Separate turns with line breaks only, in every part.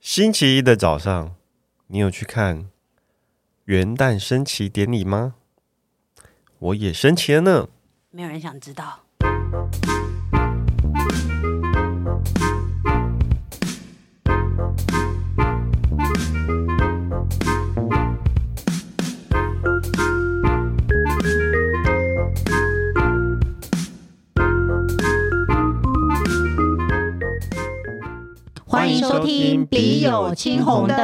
星期一的早上，你有去看元旦升旗典礼吗？我也升旗了呢。
没有人想知道。
欢迎收听笔友青红灯》。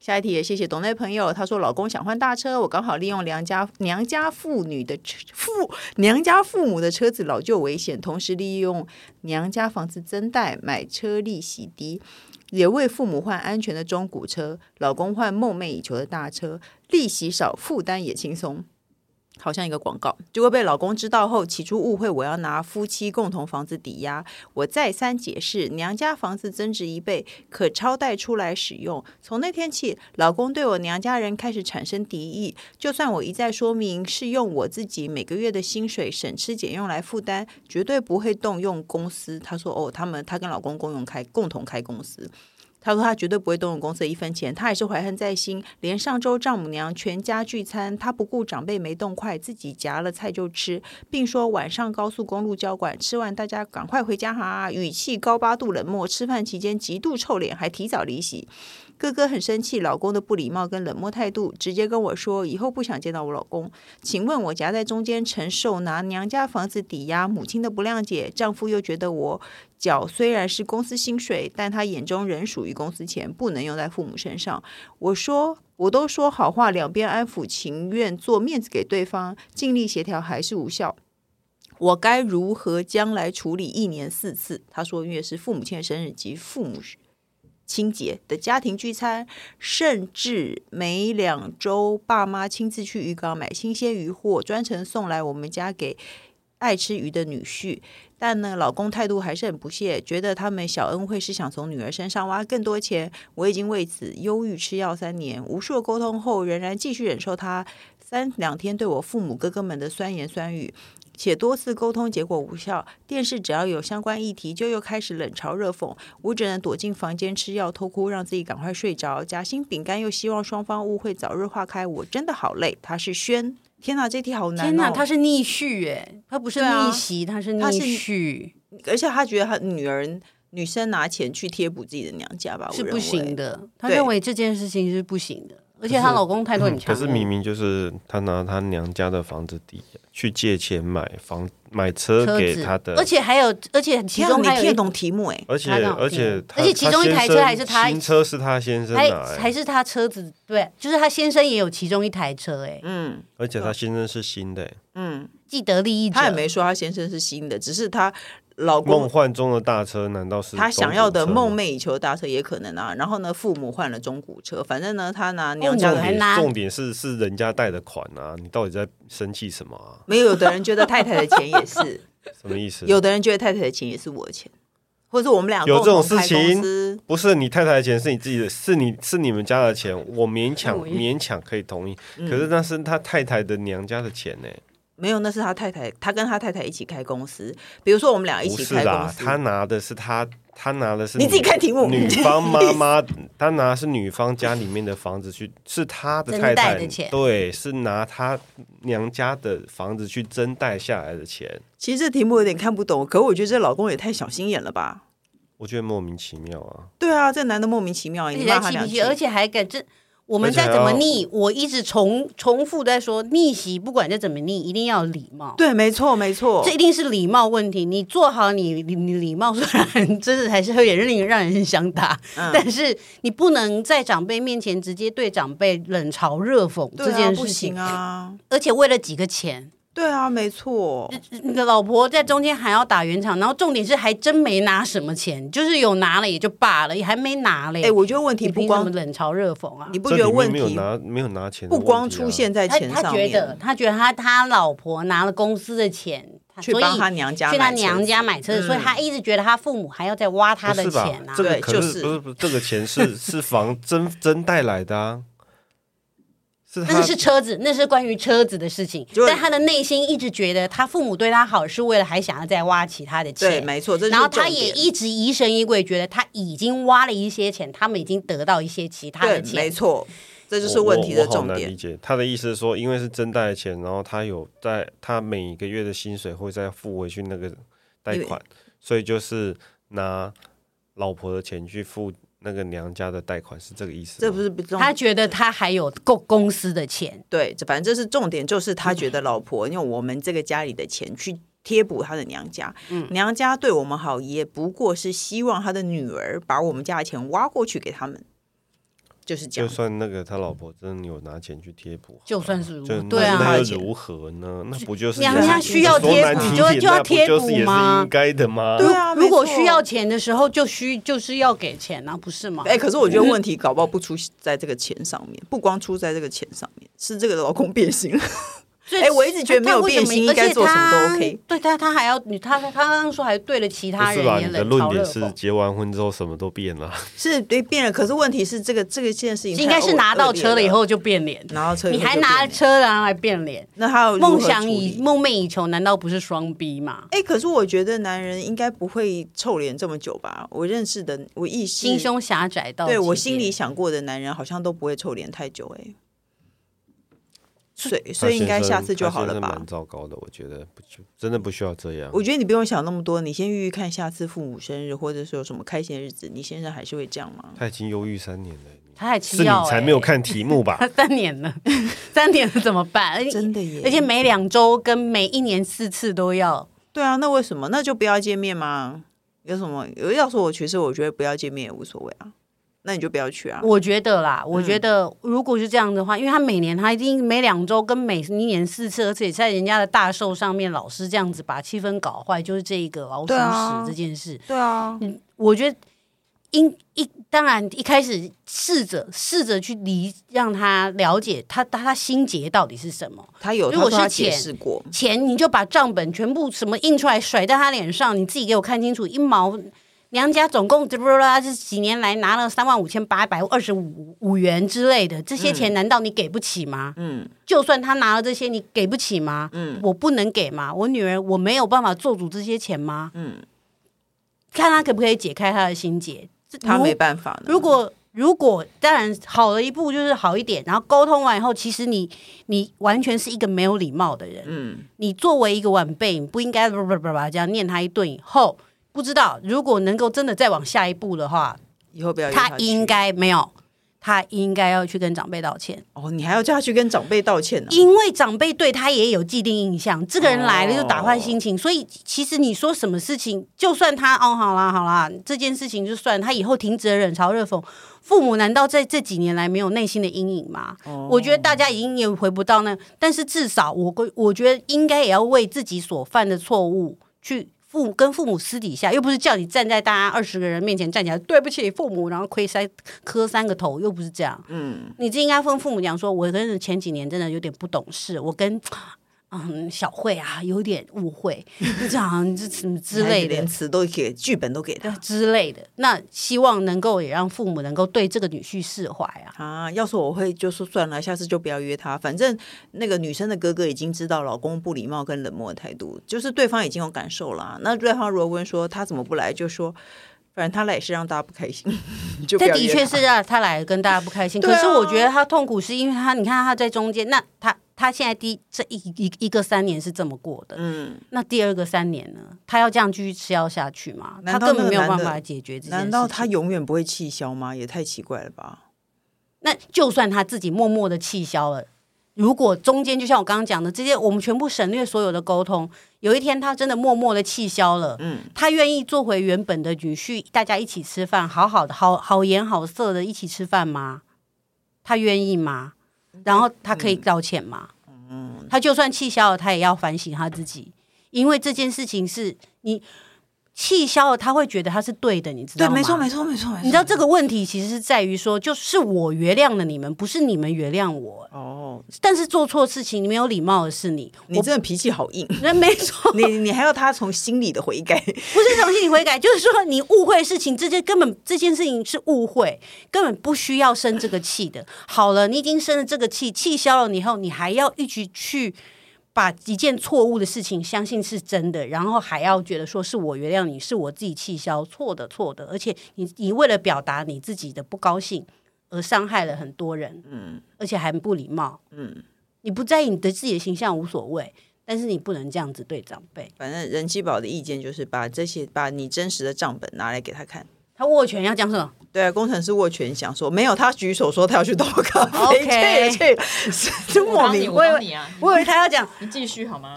下一题也谢谢董内朋友，他说老公想换大车，我刚好利用娘家娘家妇女的车父娘家父母的车子老旧危险，同时利用娘家房子增贷买车利息低，也为父母换安全的中古车，老公换梦寐以求的大车，利息少，负担也轻松。好像一个广告，结果被老公知道后，起初误会我要拿夫妻共同房子抵押，我再三解释，娘家房子增值一倍，可超贷出来使用。从那天起，老公对我娘家人开始产生敌意。就算我一再说明是用我自己每个月的薪水省吃俭用来负担，绝对不会动用公司。他说：“哦，他们他跟老公共用开共同开公司。”他说他绝对不会动用公司的一分钱，他还是怀恨在心。连上周丈母娘全家聚餐，他不顾长辈没动筷，自己夹了菜就吃，并说晚上高速公路交管，吃完大家赶快回家哈，语气高八度冷漠。吃饭期间极度臭脸，还提早离席。哥哥很生气，老公的不礼貌跟冷漠态度，直接跟我说以后不想见到我老公。请问我夹在中间，承受拿娘家房子抵押母亲的不谅解，丈夫又觉得我缴虽然是公司薪水，但他眼中仍属于公司钱，不能用在父母身上。我说，我都说好话，两边安抚，情愿做面子给对方，尽力协调还是无效。我该如何将来处理一年四次？他说，因为是父母亲的生日及父母亲节的家庭聚餐，甚至每两周爸妈亲自去渔港买新鲜鱼货，专程送来我们家给爱吃鱼的女婿。但呢，老公态度还是很不屑，觉得他们小恩惠是想从女儿身上挖更多钱。我已经为此忧郁吃药三年，无数的沟通后，仍然继续忍受他三两天对我父母哥哥们的酸言酸语。且多次沟通结果无效，电视只要有相关议题，就又开始冷嘲热讽。我只能躲进房间吃药、偷哭，让自己赶快睡着。夹心饼干又希望双方误会早日化开，我真的好累。他是轩，天哪，这题好难、哦！
天哪，他是逆婿哎，他不是
对啊
逆袭，他是逆
他是
婿，
而且他觉得他女儿女生拿钱去贴补自己的娘家吧，我
是
认
不
为
行。的。他
对
认为这件事情是不行的，而
可
且
是嗯
她老公态度很强
可
硬。
是明明就是她拿她娘家的房子抵押去借钱买房买车
车
给
子
她的，，
而且还有，而且其
天啊，
中
你
还
听
有
得
一
懂题目哎、
而且
她让
而且她
嗯而且其中一台车
她先生
还是她
新车是她先生
还
拿、欸，
还是他车子对，就是他先生也有其中一台车哎、
嗯
而且她先生是新的、欸
嗯，
既得利益者。
他也没说他先生是新的，只是他老
梦
公。
幻中的大车难道是
他想要的
中古车吗
梦寐以求的大车也可能啊，然后呢，父母换了中古车，反正呢，他拿
哦
娘
我
家的
还拿
重点是是人家贷的款啊，你到底在生气什么啊？
没有，有的人觉得太太的钱也是，
什么意思？
有的人觉得太太的钱也是我的钱，或者是我们俩
有
共
这种
同开
事情
公司
不是你太太的钱，是你自己的，是你是你们家的 钱，我勉强
我也
勉强可以同意。
嗯
可是那是他太太的娘家的钱呢、
没有，那是他太太，他跟他太太一起开公司，比如说我们俩一
不
起
是
开公
啦，
司，
他拿的是他他拿的是
你自己
女
看题目
女方妈 妈，他拿的是女方家里面的房子去，是他的太
真
太
贷的钱
对，是拿他娘家的房子去征贷下来的钱，
其实这题目有点看不懂，可我觉得这老公也太小心眼了吧？
我觉得莫名其妙啊。
对啊，这男的莫名其妙，
而
你
且
骂
在
他
气
两
脾
句
气，，而且还敢这。我们
而且还
再怎么
要
逆，我一直重重复在说逆袭，不管再怎么逆，一定要有礼貌。
对，没错，没错
这，一定是礼貌问题。你做好你你你礼貌，虽然真的还是会有点令人让人想打，
嗯
但是你不能在长辈面前直接对长辈冷嘲热讽
对
这
啊，
件
不
事情
行。啊，
而且为了几个钱，
对啊，没错，
你的老婆在中间还要打圆场，然后重点是还真没拿什么钱，就是有拿了也就罢了，也还没拿嘞。
哎、我觉得问题
你
不
凭什么
光
冷嘲热讽啊
你？不
这
觉
里面
得问
没有
题
拿没有拿钱的
不光
问题啊
出现在
他
钱
他
上
觉
面
得，他觉得他他老婆拿了公司的钱，他
去
所以
帮他娘家
去他
买车嗯
娘家买车，所以他一直觉得他父母还要再挖他的
不是吧
钱啊
这。个
对
可
就是是
不是不是这个钱是是房真真贷来的啊？是
那
他
个是车子，那是关于车子的事情。
就是
但他的内心一直觉得他父母对他好，是为了还想要再挖其他的
对，
钱。
没错，这就是
然后他
重点
也一直疑神疑鬼，觉得他已经挖了一些钱，他们已经得到一些其他的
对，没
钱。
错，这就是问题的
我我我好
重
难
点
理。解他的意思是说，因为是真贷的钱，然后他有在他每个月的薪水会再付回去那个贷款，所以就是拿老婆的钱去付那个娘家的贷款，是这个意思吗？
这不是不重
他觉得他还有够公司的钱，
对，这反正这是重点，就是他觉得老婆用我们这个家里的钱去贴补他的娘家，娘家对我们好，也不过是希望他的女儿把我们家的钱挖过去给他们，就是这
就
样。
算那个他老婆真的有拿钱去贴补，
就算是如
就
对
那
啊
那
他，
又如何呢？那不就是
娘
家需要贴补
说难听
就
一点
就要
那不
贴
就是
补
也是
吗
应该的吗？
对啊，
如果
没错
需要，钱的时候就需就是要给钱啊，不是吗？
哎，可是我觉得问题搞不好不出在这个钱上面，不光出在这个钱上面，是这个老公变心了。
所以
哎我一直觉得没有
他为什么
变心应该做什么都 OK
而且他对他，他还要你他他刚刚说还对了其
不
他
是
人
吧？
也
你的
冷
论
嘲热
点是
讽，
结完婚之后什么都变了，
是对变了，可是问题是这个这个件事情
应
哦
该是拿到
啊
车了以
后，
后就变脸，
拿到车以
你
后
还
就
拿
变了
车然后来变脸，
那他要如何
梦想
处
以
理
梦寐以求，难道不是双逼吗？
哎、可是我觉得男人应该不会臭脸这么久吧？我认识的，我意识
心胸狭窄到
对我
极
心里
点
想过的男人，好像都不会臭脸太久、 哎，所以
他
所以应该
先生
下次就好了
他先生
吧
蛮？糟糕的，我觉得不就真的不需要这样。
我觉得你不用想那么多，你先预预看下次父母生日或者是有什么开心的日子，你先生还是会这样吗？
他已经忧郁三年了，
他还
是
吃
你
药、欸，
才没有看题目吧
他？三年了， 三年了怎么办？而且
真的耶！
哎而且每两周跟每一年四次都要，
对啊，那为什么？那就不要见面吗？有什么？有要说我其实我觉得不要见面也无所谓啊，那你就不要去啊。嗯
我觉得啦，我觉得如果是这样的话，因为他每年他一定每两周跟每一年四次，而且在人家的大寿上面，老师这样子把气氛搞坏，就是这一个老鼠
对啊
屎这件事，
对啊，
我觉得。应一当然一开始试着试着去理让他了解他他他心结到底是什么，
他有，
如果
他说他
是
解
钱
释过，
钱你就把账本全部什么印出来甩在他脸上，你自己给我看清楚，一毛。娘家总共啦，这几年来拿了三万五千八百二十五五元之类的，这些钱难道你给不起吗？
嗯。
就算他拿了这些，你给不起吗？嗯，我不能给吗？我女儿我没有办法做主这些钱吗？嗯，看他可不可以解开他的心结。这
他
如
没办法呢。
如果如果当然好了一步就是好一点，然后沟通完以后，其实你你完全是一个没有礼貌的人。嗯，你作为一个晚辈，你不应该叭叭叭叭这样念他一顿以后，不知道如果能够真的再往下一步的话，
以后不要约
他
去
应该没有，他应该要去跟长辈道歉，
哦，你还要叫他去跟长辈道歉呢、啊
因为长辈对他也有既定印象，这个人来了
哦
就打坏心情，所以其实你说什么事情，就算他哦好啦好啦，这件事情就算他以后停止了冷嘲热讽，父母难道在这几年来没有内心的阴影吗？我觉得大家已经也回不到那，但是至少我归我觉得应该也要为自己所犯的错误去。父母跟父母私底下，又不是叫你站在大家二十个人面前站起来，对不起父母，然后亏三磕三个头，又不是这样。嗯，你这应该跟父母讲说，我真的前几年真的有点不懂事，我跟嗯小慧啊有点误会，就这样这什么之
你还
类的
连。词都给，剧本都给他
之类的，那希望能够也让父母能够对这个女婿释怀啊。
啊！要是我会就说算了，下次就不要约他。反正那个女生的哥哥已经知道老公不礼貌跟冷漠的态度，就是对方已经有感受了啊、那对方如果问说他怎么不来，就说反正他来也是让大家不开心， 就不
这
要
的
约
确
他
是让他来跟大家不开心，
对
可
啊
是我觉得他痛苦是因为他，你看他在中间，那他他现在第一这一一一个三年是这么过的，
嗯，
那第二个三年呢，他要这样继续吃药下去吗？
难
他
道
根本
那
没
个
有
男
办
的
法解决这件事情。
难道他永远不会气消吗？也太奇怪了吧！
那就算他自己默默的气消了，如果中间就像我刚刚讲的，这些我们全部省略所有的沟通，有一天他真的默默的气消了，嗯，他愿意做回原本的女婿，大家一起吃饭，好好的，好好言好色的一起吃饭吗？他愿意吗？
嗯
然后他可以道歉吗？嗯，他就算气消了，他也要反省他自己，因为这件事情是你。气消了，他会觉得他是对的，你知道
对，
吗？
没错，没错，没错，没错。
你知道这个问题其实是在于说，就是我原谅了你们，不是你们原谅我。
哦，
但是做错事情，你没有礼貌的是你。
你真的脾气好硬，
人没错，
你你还要他从心里的悔改，
不是什么心理悔改，就是说你误会事情，这件根本这件事情是误会，根本不需要生这个气的。好了，你已经生了这个气，气消了你以后，你还要一直去把一件错误的事情相信是真的，然后还要觉得说是我原谅你，是我自己气消，错的错的，而且你你为了表达你自己的不高兴而伤害了很多人，嗯，而且还不礼貌，嗯，你不在意你的自己的形象无所谓。但是你不能这样子对长辈，
反正人基宝的意见就是把这些把你真实的账本拿来给他看。
他握拳要讲什么？
对啊，工程师握拳想说没有，他举手说他要去倒咖啡
OK
去了去，就
我
莫
帮你，
名
我帮你啊，
我以为他要讲，
你继续好吗？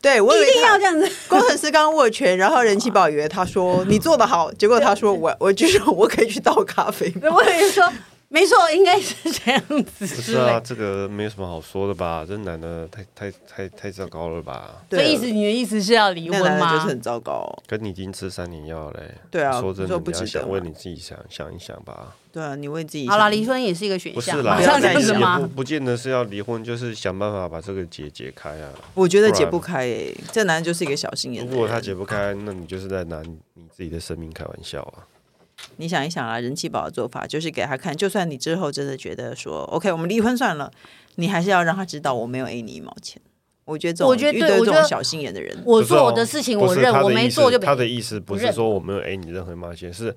对我以为
一定
他
要这样子。
工程师刚握拳，然后人气宝以为他说你做的好，结果他说我我举手我可以去倒咖啡吗。
我以为说，没错，应该是这样子
不
之
是
类
啊，
的。
这个没什么好说的吧？这男的太太太太糟糕了吧？
所
对
以意思，你的意思是要离
那
婚
男的
吗？
就是很糟糕。
跟你已经吃三年药了嘞、
对啊
说真
你
的，
说不
你要
值得
想
吗
为你自己想想一想吧。
对啊，你为自己
好了，
想
离婚也是一个选
不是
项，
啦，
马
不要
上
再
就
也
是
想
不
吗？
不见得是要离婚，就是想办法把这个结解开啊。
我觉得解
不然
不开诶、这男的就是一个小心眼
如
的人。
果他解不开，那你就是在拿你你自己的生命开玩笑啊。
你想一想啊，人气宝的做法就是给他看，就算你之后真的觉得说 OK，我们离婚算了，你还是要让他知道我没有 A 你一毛钱。我觉得这种
我觉得
遇
对
到
我
这
觉
种
得
小心眼的人，
我
不是哦
做我的事情，
不
我
是
认，
他的
我
意
没
思
做就别
他的意思不
不
是
认
说我没有 A 你任何冒险，是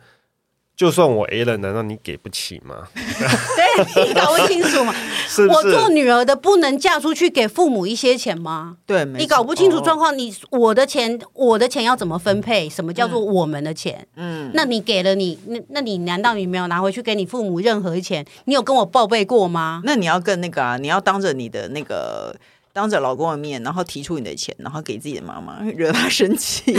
就算我 A 了，难道你给不起吗？
对，你搞不清楚嘛。
是不
我
是？
做女儿的不能嫁出去给父母一些钱吗？
对，没
你搞不清楚
哦
错哦
状，况，你我的钱，我的钱要怎么分配？什么叫做我们的钱？
嗯，
那你给了你，那那你难道你没有拿回去给你父母任何钱？你有跟我报备过吗？
那你要跟那个啊，你要当着你的那个。当着老公的面，然后提出你的钱，然后给自己的妈妈，惹她 生气。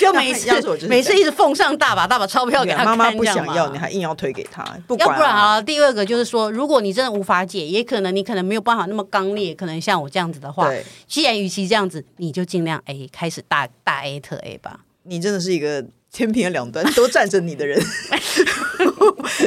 就每
要是我就是
次每次一直奉上大把大把钞票给他
妈
看，
妈不
这样
想
吗
要，你还硬要推给她，不
要
管、
不然啊，第二个就是说，如果你真的无法解，也可能你可能没有办法那么刚烈，可能像我这样子的话，
对，
既然与其这样子，你就尽量 A 开始大大 A 特 A 吧。
你真的是一个 天平的两端都站着你 的人，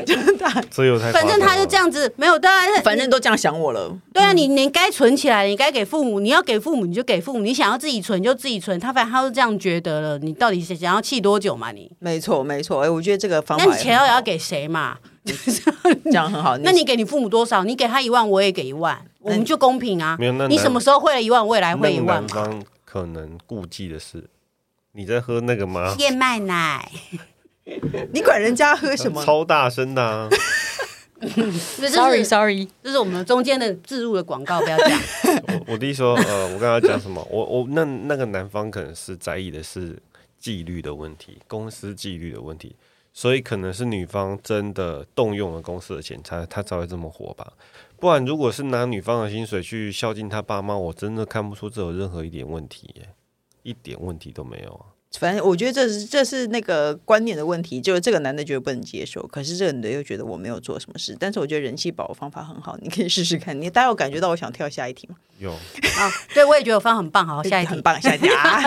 真的啊，
这又太
反正他就这
样，
样子，没有当然
反正都嗯这样想我了。
对啊，你你该存起来，你该给父母，你要给父母你就给父母，你想要自己存就自己存。他反正他都这样觉得了，你到底想想要气多久嘛你？
没错，没错。哎，我觉得这个方法
那你钱
也
要
很好
要给谁嘛？
这样很好。
那你给你父母多少？你给他一万，我也给一万，我们就公平啊
没有那。
你
男
什么时候会了一万，我也来
那
会啊一
个
万
男
嘛。
方可能顾忌的是，你在喝那个 吗？
燕麦奶，
你管人家喝什么？
超大声的、啊，
这是
Sorry Sorry，
这是我们中间的置入的广告，不要讲。
我我弟说，呃，我刚刚讲什么？我我那那个男方可能是在意的是纪律的问题，公司纪律的问题，所以可能是女方真的动用了公司的钱，才他才会这么火吧。不然如果是拿女方的薪水去孝敬他爸妈，我真的看不出这有任何一点问题耶，一点问题都没有啊。
反正我觉得这是这是那个观念的问题，就是这个男的觉得不能接受，可是这个女的又觉得我没有做什么事。但是我觉得人气宝的方法很好，你可以试试看。你大家有感觉到我想跳下一题吗？
有
啊，对，我也觉得我方很 棒。好，下一
哎很
题。
棒，下一题啊！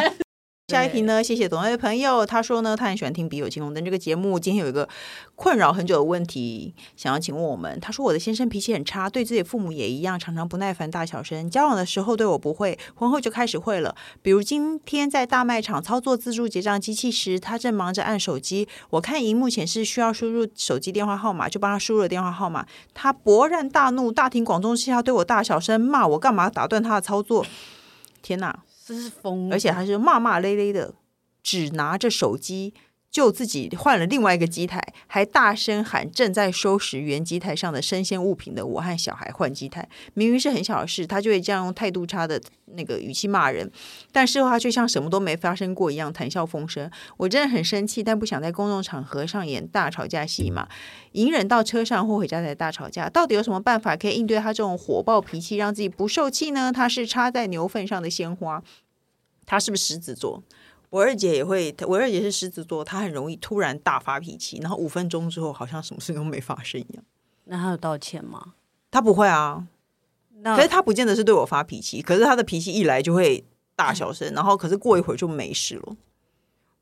下一题呢？谢谢董爱的朋友，他说呢，他很喜欢听《笔友青红灯》这个节目。今天有一个困扰很久的问题，想要请问我们。他说我的先生脾气很差，对自己的父母也一样，常常不耐烦大小声。交往的时候对我不会，婚后就开始会了。比如今天在大卖场操作自助结账机器时，他正忙着按手机，我看荧幕显示需要输入手机电话号码，就帮他输入了电话号码。他勃然大怒，大庭广众之下对我大小声骂我，干嘛打断他的操作？天哪！
这是疯，
而且还是骂骂咧咧的，只拿着手机就自己换了另外一个机台，还大声喊正在收拾原机台上的生鲜物品的我和小孩换机台。明明是很小的事，他就会这样用态度差的那个语气骂人，但事后他却像什么都没发生过一样谈笑风生。我真的很生气，但不想在公众场合上演大吵架戏嘛，隐忍到车上或回家才大吵架。到底有什么办法可以应对他这种火爆脾气，让自己不受气呢？他是插在牛粪上的鲜花。他是不是狮子座？我二姐也会，我二姐是狮子座，她很容易突然大发脾气，然后五分钟之后好像什么事都没发生一样。
那他有道歉吗？
她不会啊，
那
可是她不见得是对我发脾气，可是她的脾气一来就会大小声，然后可是过一会儿就没事了。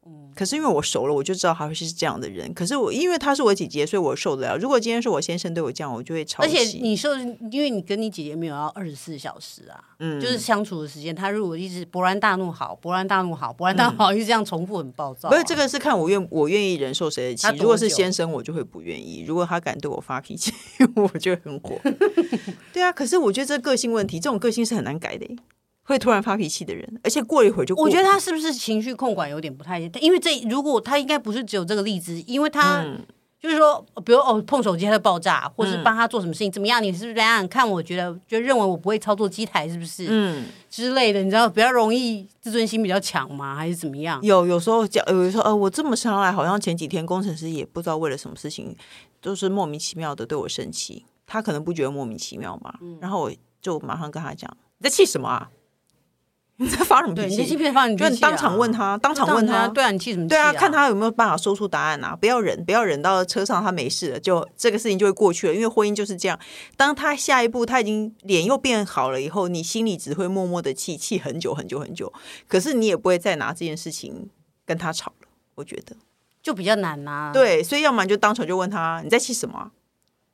嗯
可是因为我熟了，我就知道他会是这样的人。可是我因为他是我姐姐，所以我受得了。如果今天是我先生对我这样，我就会超
而
气。
且你说，因为你跟你姐姐没有要二十四小时啊，
嗯
就是相处的时间。她如果一直勃然大怒好，勃然大怒好，勃然
嗯
大怒好，一直这样重复，很暴躁、啊。
不是这个是看我愿我愿意忍受谁的气
他。多
如果是
久
先生，我就会不愿意；如果他敢对我发脾气， 我就会很 火。对啊，可是我觉得这个性问题，这种个性是很难改的耶，欸会突然发脾气的人，而且过了一会儿就过
我觉得他是不是情绪控管有点不太，因为这如果他应该不是只有这个例子，因为他、
嗯
嗯
就是说，比如哦碰手机他就爆炸，或是帮他做什么事情、怎么样，你是不是这样看？我觉得就认为我不会操作机台，是不是、
嗯，
之类的？你知道比较容易自尊心比较强吗？还是怎么样？
有有时候讲，有时候呃，我这么上来，好像前几天工程师也不知道为了什么事情，就是莫名其妙的对我生气，他可能不觉得莫名其妙嘛，嗯然后我就马上跟他讲：“你在气什么啊？你在发什么
对，你
脾气？”
的欺骗方你
就你当场问，他，当场问他，
对啊，你气什么气、
对
啊？
啊，看他有没有办法说出答案啊！不要忍，不要忍到车上他没事了，就这个事情就会过去了。因为婚姻就是这样，当他下一步他已经脸又变好了以后，你心里只会默默的气气很久很久很久，可是你也不会再拿这件事情跟他吵了。我觉
嗯
得
就比较难呐、啊。，
对，所以要么你就当场就问他你在气什么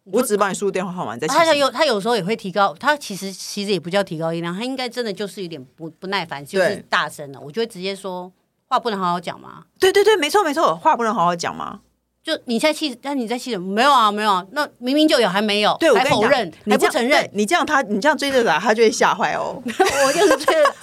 啊、我只帮你输入电话号码，你在气
啊他
什
他
么？
有他有时候也会提高，他其实其实也不叫提高音量，他应该真的就是有点不不耐烦，就是
对
大声了。我就会直接说话不能好好讲吗？
对对对，没错没错，话不能好好讲嘛。
就你在气，那你在气什么？没有啊，没有啊，那明明就有，还没有，
对，我跟
还
你
否
讲
认，
你
还
这
不
样
承认
对，你这样他，你这样追着打，他就会吓坏 哦。
我就是觉 得。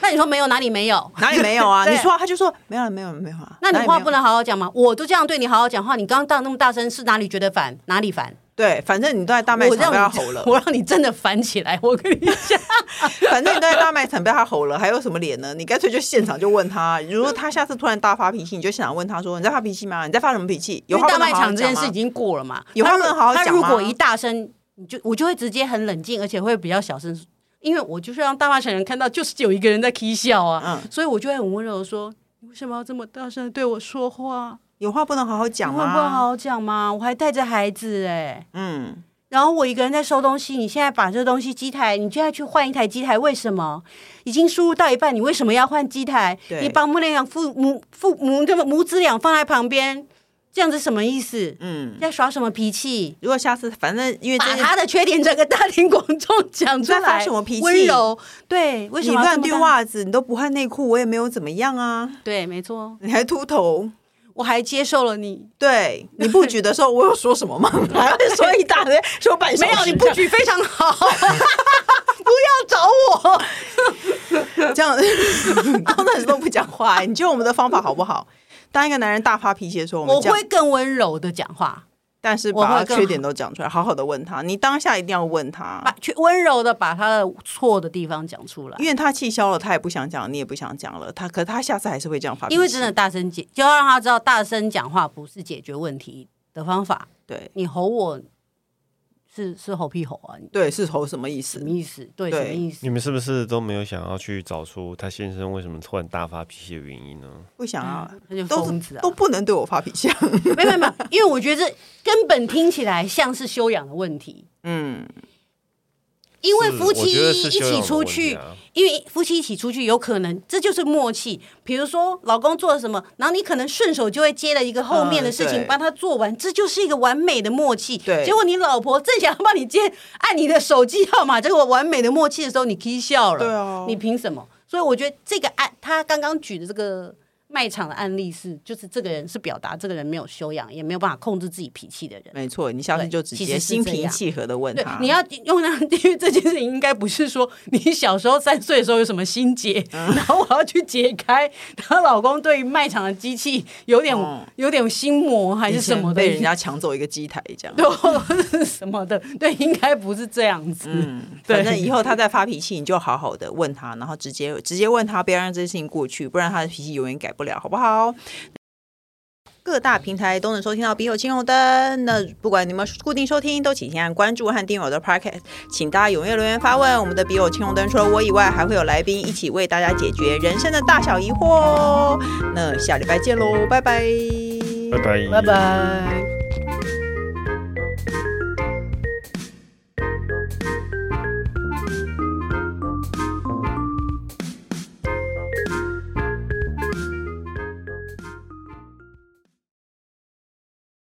那你说没有哪里没有？
哪里没有啊？
对
你说、啊，他就说没有了，没有了，没有啊。
那你
哪里没
话
有
不能好好讲吗？我都这样对你好好讲话，你刚刚大那么大声，是哪里觉得烦？哪里烦？
对，反正你都在大卖
我
场
让
被他
你，
吼了
我让你真的烦起来。我跟你讲，
反正你都在大卖场被他吼了，还有什么脸呢？你干脆就现场就问他，如果他下次突然大发脾气，你就现场问他说：“你在发脾气吗？你在发什么脾气？”
因
有
为
话
大
不能
卖
好好
场这件
讲
事已
吗，
经过了嘛。
有话
他
不
如
能好好
他
讲
如
吗
果一大声，你就我就会直接很冷静，而且会比较小声，因为我就是让大卖场人看到，就是有一个人在 k 笑啊，
嗯
所以我就会很温柔的说：“你为什么要这么大声地对我说话？
有话不能好好讲
你会不会好
吗？
好讲吗？我还带着孩子哎、
嗯，
然后我一个人在收东西，你现在把这东西机台，你现在去换一台机台，为什么？已经输入到一半，你为什么要换机台？
对
你把母两父母父母这个母子俩放在旁边，这样子什么意思？嗯，在耍什么脾气？
如果下次反正因为这
把
件
他的缺点整个大庭广众讲出来，
你在发什么脾气
温柔，对，为什
你
么要这
乱
么
丢
大？
袜子，你都不换内裤，我也没有怎么样啊，
对，没错，
你还秃头。
我还接受了你。
对你布局的时候，我有说什么吗？ 还会说一大堆，说半 小
没有，
时
你
这
布
样
局非常 好，不要找我。
这样， 当然是都不讲话、你觉得我们的方法好不好？当一个男人大发脾气的时候，我们
我
讲，
会更温柔的讲话，
但是
我
把
会
他
更啊
缺点都讲出来，好好的问他。你当下一定要问他，
把去温柔的把他的错的地方讲出来。
因为他气消了，他也不想讲，你也不想讲了。他可他下次还是会这样发脾气，
因为真的大声解，就要让他知道大声讲话不是解决问题的方法。
对
你吼我是是吼屁吼啊，你
对是头什么意
什
思
么？意思？对，
对
什么意思
你？们是不是都没有想要去找出他先生为什么突然大发脾气的原因呢？
不想啊，
那就
都
疯
是
子啊
都！不能对我发脾气啊。
没有没有没有，因为我觉得这根本听起来像是修养的问题。
嗯，
因为
是
夫妻
我觉得是修
一
养
起
的
出
问题
去，
啊
因为夫妻一起出去，有可能这就是默契。比如说，老公做了什么，然后你可能顺手就会接了一个后面的
啊
事情，
嗯对
帮他做完，这就是一个完美的默契。
对
结果你老婆正想要帮你接，按你的手机号码，这个完美的默契的时候，你 k 笑了，
对啊
你凭什么？所以我觉得这个案，他刚刚举的这个卖场的案例是，就是这个人是表达这个人没有修养，也没有办法控制自己脾气的人。
没错，你下次
对
就直
其
接
实是
心
这
平
样
气和的问
对
他，。
你要用那，因为这件事情应该不是说你小时候三岁的时候有什么心结，
嗯
然后我要去解开。然后老公对于卖场的机器有点、
哦
有点心魔还
以
是什
前
么的，
被人家抢走一个机台这 样。
对或者是什么的，对，应该不是这样子。
嗯
对
反正以后他再发脾气，你就好好的问他，然后直接直接问他，不要让这件事情过去，不然他的脾气永远改不了，好不好？各大平台都能收听到《笔友青红灯》，那不管你们固定收听，都请先按关注和订阅我的 Podcast，请大家踊跃留言发问。我们的《笔友青红灯》除了我以外，还会有来宾一起为大家解决人生的大小疑惑哦。那下礼拜见喽，拜拜，
拜拜，
拜拜。